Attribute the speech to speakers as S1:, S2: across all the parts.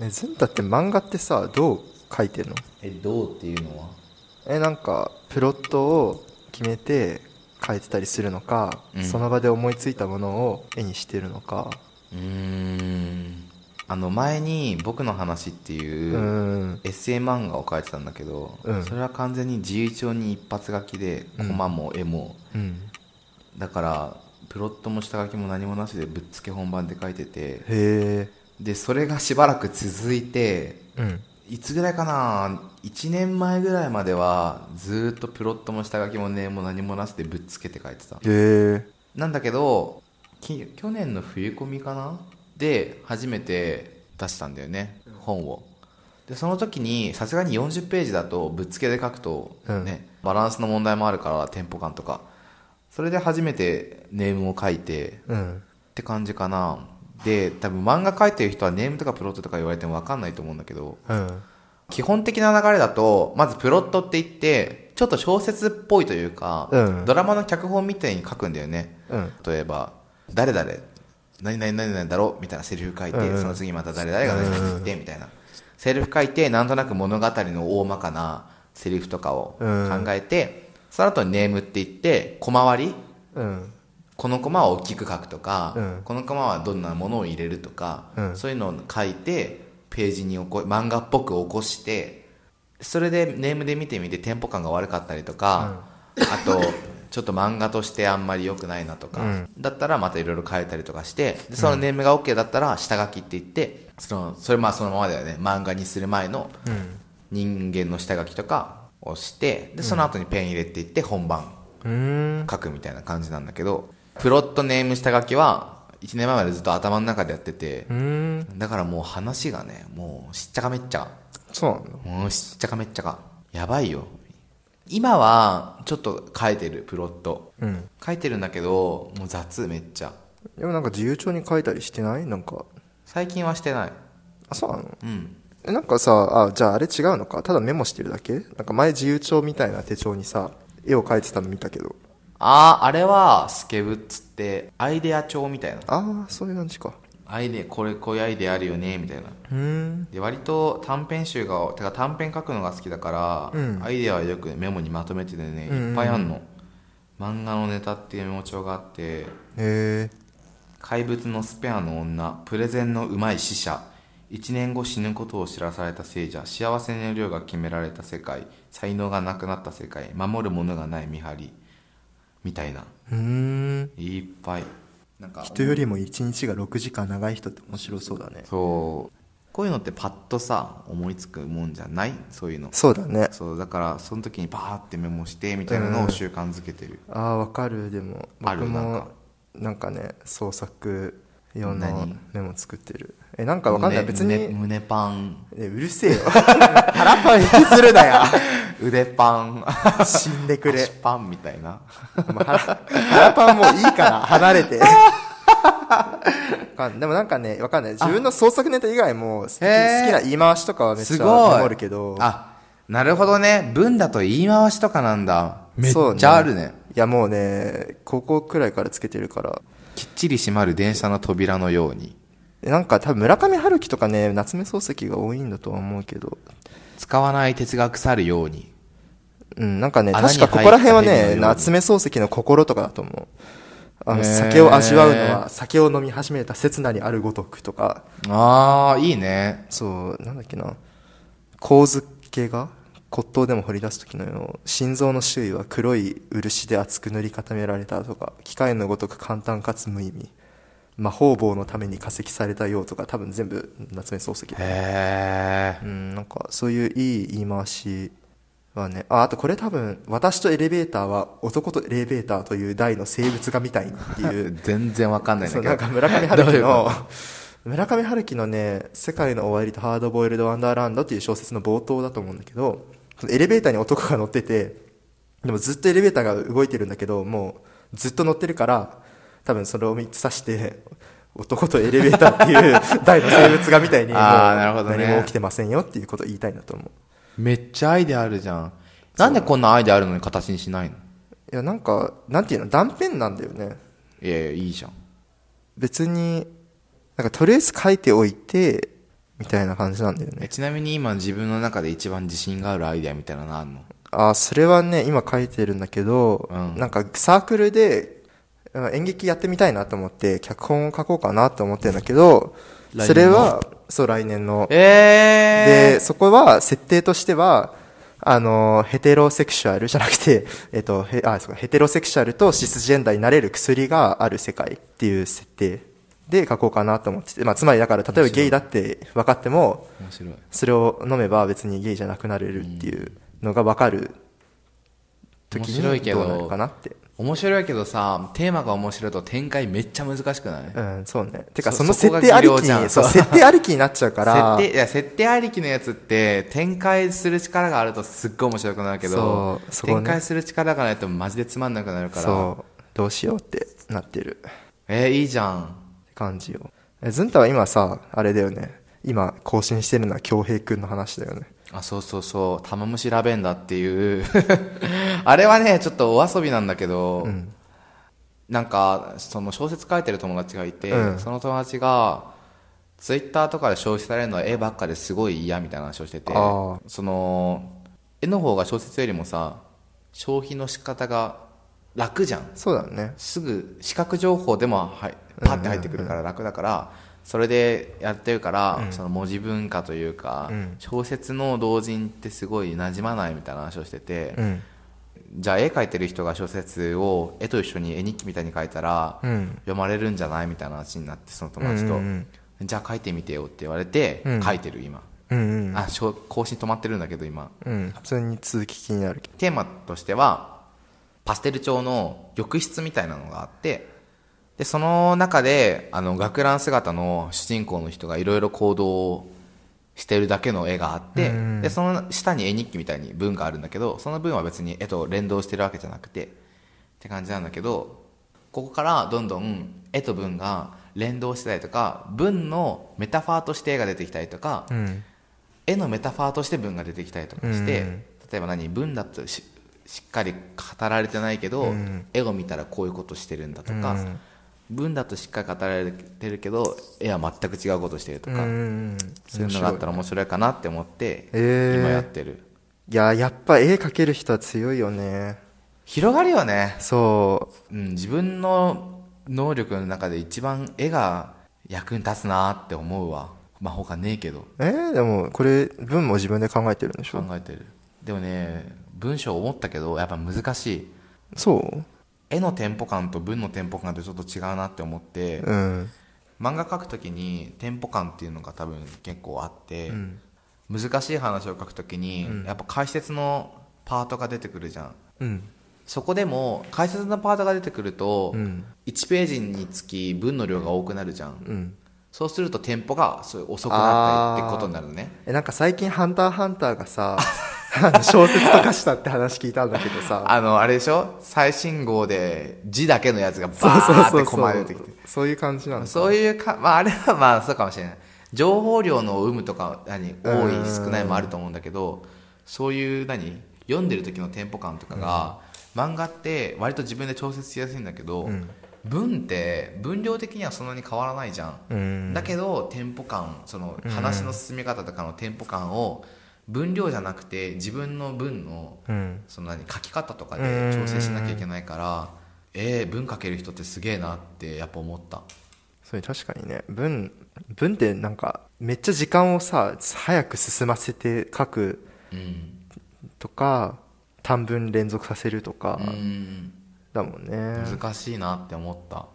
S1: えズンタって漫画ってさどう書いてるの
S2: えどうっていうのは
S1: えなんかプロットを決めて書いてたりするのか、
S2: うん
S1: その場で思いついたものを絵にしてるのか
S2: うーんあの前に「僕の話」って
S1: う
S2: い
S1: ー
S2: う、
S1: ん
S2: エッセイ漫画を描いてたんだけど、
S1: うん
S2: それは完全に自由帳に一発書きでコ
S1: うん
S2: マも絵も、
S1: うん
S2: だからプロットも下書きも何もなしでぶっつけ本番で書いてて
S1: へえ
S2: でそれがしばらく続いて
S1: うん
S2: いつぐらいかな1年前ぐらいまではずーっとプロットも下書きもねもう何もなしでぶっつけて書いてた
S1: へえ
S2: なんだけどき去年の冬込みかなで初めて出したんだよね本をでその時にさすがに40ページだとぶっつけで書くと、
S1: うん
S2: ねバランスの問題もあるからテンポ感とかそれで初めてネームを書いて
S1: うん
S2: って感じかなで多分漫画書いてる人はネームとかプロットとか言われても分かんないと思うんだけど
S1: うん
S2: 基本的な流れだとまずプロットって言ってちょっと小説っぽいというか、
S1: うん
S2: ドラマの脚本みたいに書くんだよね
S1: うん
S2: 例えば「誰々何々何々だろ」みたいなセリフ書いて、
S1: うんうん
S2: その次また「誰々が何々言って」みたいなセリフ書いてなんとなく物語の大まかなセリフとかを考えて、その後にネームって言って小回り
S1: うん
S2: このコマは大きく書くとか、
S1: うん
S2: このコマはどんなものを入れるとか、
S1: うん
S2: そういうのを書いてページに起こ漫画っぽく起こしてそれでネームで見てみてテンポ感が悪かったりとか、あとちょっと漫画としてあんまり良くないなとか、
S1: うん
S2: だったらまたいろいろ変えたりとかしてでそのネームが OK だったら下書きって言ってそのそれまあそのままだよね漫画にする前の
S1: うん
S2: 人間の下書きとかをしてでその後にペン入れていって本番。
S1: うーん
S2: 書くみたいな感じなんだけどプロットネーム下書きは1年前までずっと頭の中でやってて
S1: うーん
S2: だからもう話がねもうしっちゃかめっちゃ
S1: そうなんだ
S2: もうしっちゃかめっちゃかやばいよ今はちょっと書いてるプロット
S1: うん
S2: 書いてるんだけどもう雑めっちゃ
S1: でもなんか自由帳に書いたりしてないなんか
S2: 最近はしてない
S1: あそうなの
S2: うん
S1: えなんかさあじゃああれ違うのかただメモしてるだけなんか前自由帳みたいな手帳にさ絵を描いてたの見たけど
S2: あああれはスケブっつってアイデア帳みたいな
S1: ああそういう感じか
S2: アイデアこれこういうアイデアあるよねみたいな
S1: うーん
S2: で割と短編集がてか短編書くのが好きだから、
S1: うん
S2: アイデアはよくメモにまとめててね
S1: うんうんうん
S2: いっぱいあんの、漫画のネタっていうメモ帳があって
S1: へえ
S2: 「怪物のスペアの女」「プレゼンのうまい死者」「1年後死ぬことを知らされた聖者」「幸せの量が決められた世界」「才能がなくなった世界」「守るものがない見張り」みたいな
S1: うーん
S2: いっぱいなんか
S1: 人よりも1日が6時間長い人って面白そうだね
S2: そうこういうのってパッとさ思いつくもんじゃないそういうの
S1: そうだね
S2: そうだからその時にバーってメモしてみたいなのを習慣づけてる、
S1: ああわかるでも
S2: ある
S1: 僕
S2: なんか
S1: もなんかね創作用の
S2: 何
S1: メモ作ってるえなんかわかんない
S2: 胸
S1: 別
S2: 胸
S1: に
S2: 胸パン
S1: えうるせえよ 腹パン引きするなよ
S2: 腕パン
S1: 死ん でくれ
S2: 足パンみたいな
S1: お前腹 腹パンもういいから離れてわかんでもなんかねわかんない自分の創作ネタ以外も素敵
S2: へー
S1: 好きな言い回しとかはめっち
S2: す
S1: ゃメ
S2: ごい
S1: モるけど
S2: あなるほどね文だと言い回しとかなんだめっ
S1: そう
S2: ちゃあるね
S1: いやもうね高校くらいからつけてるから
S2: きっちり閉まる電車の扉のように
S1: えなんか多分村上春樹とかね夏目漱石が多いんだとは思うけど
S2: 使わない鉄が腐るように
S1: うん、なんかね、
S2: 穴に
S1: 確かここら辺は
S2: 入った蛇のよ
S1: ね
S2: う、に
S1: 夏目漱石の心とかだと思う。あ
S2: へ
S1: の、
S2: ー
S1: 酒を味わうのは、酒を飲み始めた刹那にあるごとくとか、
S2: ああいいね
S1: そう、なんだっけな、構図系が骨董でも掘り出す時のよう、心臓の周囲は黒い漆で厚く塗り固められたとか、機械のごとく簡単かつ無意味、魔法棒のために化石されたようとか、多分全部夏目漱石だ
S2: へ
S1: う
S2: え
S1: ん、なんかそういういい言い回しはねああとこれ多分「私とエレベーターは男とエレベーターという大の生物がみたい」っていう
S2: 全然わかんないん
S1: そ
S2: だ
S1: うなん
S2: け
S1: か
S2: ど
S1: 村上春
S2: どう
S1: 樹
S2: いう
S1: の
S2: こ
S1: 村上春樹のね「世界の終わりとハードボイルド・ワンダーランド」っていう小説の冒頭だと思うんだけどそのエレベーターに男が乗っててでもずっとエレベーターが動いてるんだけどもうずっと乗ってるから多分それを3つ指して男とエレベーターって いう大の生物がみたいにもう
S2: あーなるほどね
S1: 何も起きてませんよっていうことを言いたいんだと思う
S2: めっちゃアイデアあるじゃんなんでこんなアイデアあるのに形にしない
S1: い
S2: の
S1: やなんかなんていうの断片なんだよね
S2: いやいやいいじゃん
S1: 別になんかとりあえず書いておいてみたいな感じなんだよね
S2: えちなみに今自分の中で一番自信があるアイデアみたいなのあるの
S1: あそれはね今書いてるんだけど、
S2: うん
S1: なんかサークルでうん演劇やってみたいなと思って脚本を書こうかなと思ってるんだけど
S2: 来年の
S1: それはそう来年の
S2: え
S1: で
S2: ー、
S1: そこは設定としてはあのヘテロセクシュアルじゃなくて、 えっと、へあそうかヘテロセクシュアルとシスジェンダーになれる薬がある世界っていう設定で書こうかなと思ってて、まあ、つまりだから例えばゲイだって分かっても
S2: 面白い
S1: それを飲めば別にゲイじゃなくなれるっていうのが分かる時
S2: 面白い
S1: に
S2: け
S1: ど
S2: ど
S1: うなるかなって
S2: 面白いけどさテーマが面白いと展開めっちゃ難しくない、
S1: うんそうねてか
S2: そ
S1: その
S2: そ
S1: 設
S2: こが
S1: 定ありき
S2: 技量じゃ
S1: に
S2: ん
S1: そう
S2: そう
S1: 設定ありきになっちゃうから
S2: 設定いや設定ありきのやつって展開する力があるとすっごい面白くなるけ
S1: そ
S2: ど
S1: うそこね
S2: 展開する力がないとマジでつまんなくなるから
S1: そうどうしようってなってる
S2: えー、いいじゃん
S1: 感じよえずんたは今さあれだよね今更新してるのは恭平くんの話だよね
S2: あそうそうそう「玉虫ラベンダー」っていう あれはねちょっとお遊びなんだけど、
S1: ん
S2: なんかその小説書いてる友達がいて、
S1: うん
S2: その友達がツイッターとかで消費されるのは絵ばっかですごい嫌みたいな話をしてて
S1: あー
S2: その絵の方が小説よりもさ消費の仕方が楽じゃん
S1: そうだね
S2: すぐ視覚情報でも、はい、パッて入ってくるから楽だから、それでやってるから、その文字文化というか、
S1: うん
S2: 小説の同人ってすごい馴染まないみたいな話をしてて、
S1: うん
S2: じゃあ絵描いてる人が小説を絵と一緒に絵日記みたいに書いたら、
S1: うん
S2: 読まれるんじゃないみたいな話になってその友達
S1: う
S2: と、
S1: んうん
S2: じゃあ書いてみてよって言われて、
S1: うん
S2: 書いてる今、
S1: うんうん
S2: あしょ更新止まってるんだけど今
S1: うん普通に続き気になるけ
S2: テーマとしてはパステル調の浴室みたいなのがあってでその中であの学ラン姿の主人公の人がいろいろ行動をしてるだけの絵があって、
S1: うん
S2: でその下に絵日記みたいに文があるんだけどその文は別に絵と連動してるわけじゃなくてって感じなんだけどここからどんどん絵と文が連動してたりとか文のメタファーとして絵が出てきたりとか、
S1: どうん
S2: 絵のメタファーとして文が出てきたりとかして、
S1: うん
S2: 例えば何文だとししっかり語られてないけど、
S1: うん
S2: 絵を見たらこういうことしてるんだとか、
S1: うん
S2: 文だとしっかり語られてるけど絵は全く違うことしてると
S1: うん
S2: か、
S1: うん
S2: そういうのがあったら面白いかなって思って、
S1: えー
S2: 今やってる
S1: いややっぱ絵描ける人は強いよね
S2: 広がるよね、
S1: そ
S2: うん、自分の能力の中で一番絵が役に立つなって思うわまあ他ねえけど
S1: うえーでもこれ文も自分で考えてるんでし
S2: 考
S1: ょ
S2: えてるでもね文章思ったけどやっぱ難しい
S1: そう
S2: 絵のテンポ感と文のテンポ感ってちょっと違うなって思って、
S1: うん
S2: 漫画描くときにテンポ感っていうのが多分結構あって、難しい話を書くときに、やっぱ解説のパートが出てくるじゃん
S1: うん
S2: そこでも解説のパートが出てくると、
S1: うん
S2: 1ページにつき文の量が多くなるじゃん
S1: うん
S2: そうするとテンポがそういう遅くなったりってことになるね
S1: えなんか最近「ハンターハンター」がさ あの小説とかしたって話聞いたんだけどさ
S2: あのあれでしょ最新号で字だけのやつがバ
S1: そうそう
S2: ーっ
S1: そう
S2: て
S1: そ
S2: コ
S1: う
S2: マで出てきて
S1: そういう感じなんです
S2: そういうか、まあ、あれは まあそうかもしれない情報量の有無とか何多い
S1: うん
S2: 少ないもあると思うんだけどそういう何読んでる時のテンポ感とかが、漫画って割と自分で調節しやすいんだけど、
S1: うん
S2: 文って分量的にはそんなに変わらないじゃん、
S1: うん
S2: だけどテンポ感その話の進め方とかのテンポ感を分量じゃなくて自分の文の
S1: うん
S2: その何書き方とかで調整しなきゃいけないから、えー文書ける人ってすげえなってやっぱ思った。
S1: それ確かにね文文ってなんかめっちゃ時間をさ早く進ませて書く
S2: うん
S1: とか短文連続させるとか
S2: うん
S1: だもんね
S2: 難しいなって思った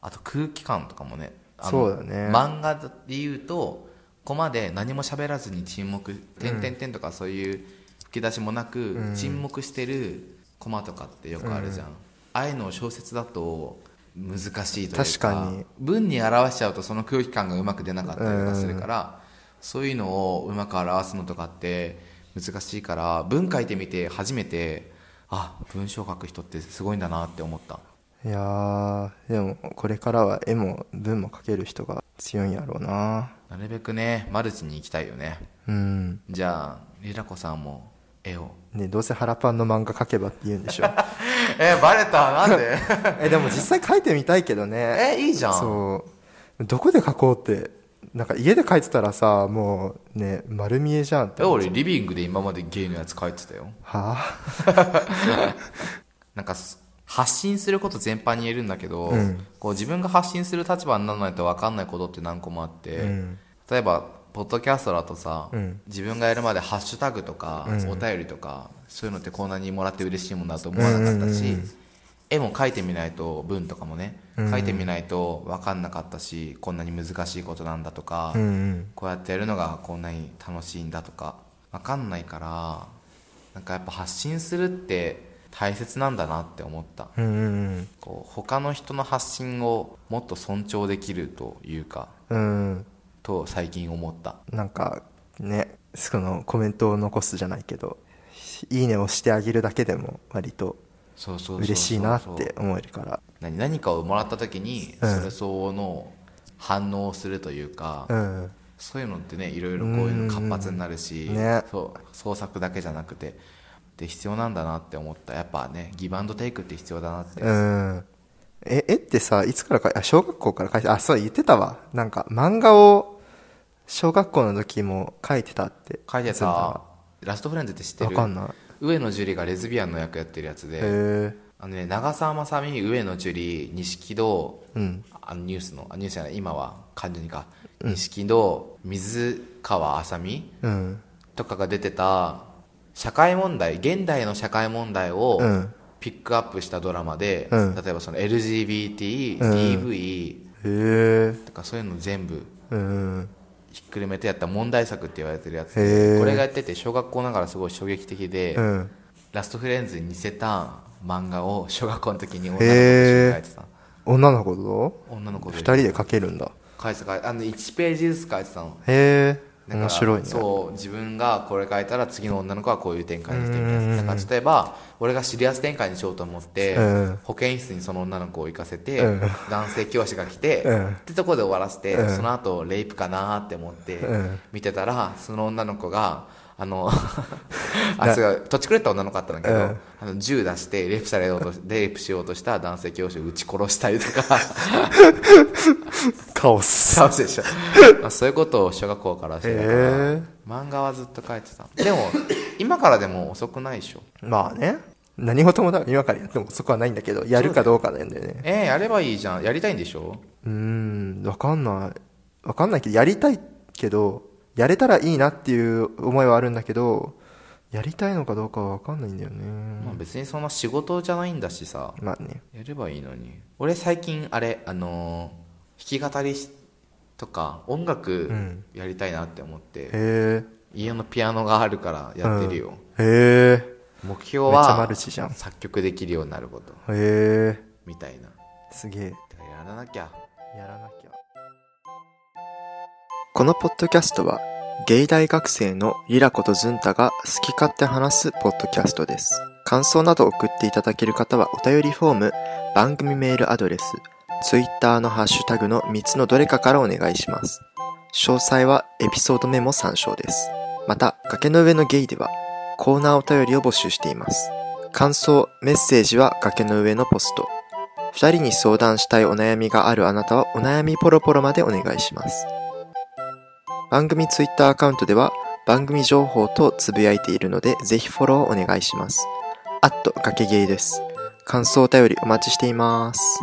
S2: あと空気感とかもねあの
S1: そうだね
S2: 漫画で言うとコマで何も喋らずに沈黙「点々点」とかそういう吹き出しもなく、沈黙してるコマとかってよくあるじゃん、ああいうのを小説だと難しいというか
S1: 確かに
S2: 文に表しちゃうとその空気感がうまく出なかったりとかするから、そういうのをうまく表すのとかって難しいから文書いてみて初めてあ文章書く人ってすごいんだなって思った
S1: いやーでもこれからは絵も文も描ける人が強いんやろうな
S2: なるべくねマルチに行きたいよね
S1: うん
S2: じゃありらこさんも絵を
S1: ねどうせ腹パンの漫画描けばって言うんでし ょ
S2: えバレたなん で
S1: えでも実際描いてみたいけどね
S2: えいいじゃん
S1: そうどこで描こうってなんか家で書いてたらさもうね丸見えじゃんって
S2: え俺リビングで今までゲイのやつ書いてたよ
S1: はあ
S2: なんかす発信すること全般に言えるんだけど、
S1: うん
S2: こう自分が発信する立場にならないと分かんないことって何個もあって、
S1: うん
S2: 例えばポッドキャストだとさ、
S1: うん
S2: 自分がやるまでハッシュタグとか、
S1: うん
S2: お便りとかそういうのってこんなにもらって嬉しいもんだと思わなかったし、
S1: うんうんうん
S2: 絵も描いてみないと文とかもね
S1: うん
S2: 描いてみないと分かんなかったしこんなに難しいことなんだとか、
S1: うんうん
S2: こうやってやるのがこんなに楽しいんだとか分かんないからなんかやっぱ発信するって大切なんだなって思った
S1: うんうん
S2: こう他の人の発信をもっと尊重できるというか
S1: うんうん
S2: と最近思った
S1: なんかねそのコメントを残すじゃないけど「いいね」をしてあげるだけでも割と
S2: そうそうそうそう
S1: 嬉しいなって思えるから
S2: 何何かをもらった時に
S1: うん
S2: それ相応の反応をするというか、
S1: うん
S2: そういうのってねいろいろこういうの活発になるし、
S1: うんね
S2: そう創作だけじゃなくてで必要なんだなって思ったやっぱねギブアンドテイクって必要だなって、
S1: うんえ絵ってさいつからかあ小学校から描いてあそう言ってたわなんか漫画を小学校の時も描いてたって
S2: 書いてたラストフレンズって知って
S1: わ
S2: る
S1: かんない
S2: 上野樹里がレズビアンの役やってるやつで、
S1: へえ
S2: あのね長澤まさみ上野樹里錦戸
S1: うん
S2: あのニュースのあニュースじゃない今は漢字にか錦戸、水川あさみ
S1: うん
S2: とかが出てた社会問題現代の社会問題を
S1: うん
S2: ピックアップしたドラマで、
S1: うん
S2: 例えばその LGBT、
S1: うん
S2: DV
S1: へえ
S2: とかそういうの全部
S1: うん
S2: ひっくるめてやった問題作って言われてるやつ
S1: へ
S2: で
S1: ー
S2: これがやってて小学校ながらすごい衝撃的で、
S1: うん
S2: ラストフレンズに似せた漫画を小学校の時に女の子と一緒
S1: へー
S2: に描いてた
S1: 女の子と
S2: 女の子
S1: 2
S2: で
S1: 人で描けるんだ
S2: 書いてたからあの1ページずつ書いてたの
S1: へえ
S2: だから
S1: 面白いね
S2: そう自分がこれ書いたら次の女の子はこういう展開にしてみた
S1: うんうんう
S2: い
S1: ん
S2: なだから例えば俺がシリアス展開にしようと思って、
S1: うん
S2: 保健室にその女の子を行かせて、
S1: うん
S2: 男性教師が来て、
S1: うん
S2: ってとこで終わらせて、
S1: うん
S2: その後レイプかなーって思って
S1: うん
S2: 見てたらその女の子があのあ違う土地狂った女の子だったんだけど、
S1: うん
S2: あの銃出してレイプされようとしレイプしようとした男性教師を撃ち殺したりとか
S1: カオス
S2: そうでしょ、 まあ、そういうことを小学校からしてたから、
S1: へえ
S2: 漫画はずっと書いてたでも今からでも遅くないでしょ
S1: まあね何事も多分今からやってもそこはないんだけどやるかどうかなんだよね
S2: えー、やればいいじゃんやりたいんでしょ
S1: うーんわかんないわかんないけどやりたいけどやれたらいいなっていう思いはあるんだけどやりたいのかどうかはわかんないんだよ
S2: まあ、
S1: ね
S2: 別にそんな仕事じゃないんだしさ
S1: まあね
S2: やればいいのに俺最近あれあのー弾き語りしとか音楽
S1: うん
S2: やりたいなって思って、
S1: へ
S2: 家のピアノがあるから
S1: え
S2: やってるよ、
S1: へえ
S2: 目
S1: め
S2: 標
S1: っちゃマ
S2: は
S1: ルチじゃんへ
S2: 作曲できるようになること
S1: え
S2: みたいな
S1: すげえ
S2: だからやらなきゃ
S1: やらなきゃこのポッドキャストは芸大学生のリラコとズンタが好き勝手話すポッドキャストです感想など送っていただける方はお便りフォーム番組メールアドレス Twitter のハッシュタグの3つのどれかからお願いします詳細はエピソードメモ参照ですまた崖の上のゲイではコーナーお便りを募集しています感想メッセージは崖の上のポスト2人に相談したいお悩みがあるあなたはお悩みポロポロまでお願いします番組ツイッターアカウントでは番組情報とつぶやいているのでぜひフォローお願いしますあっと崖ゲイです感想お便りお待ちしています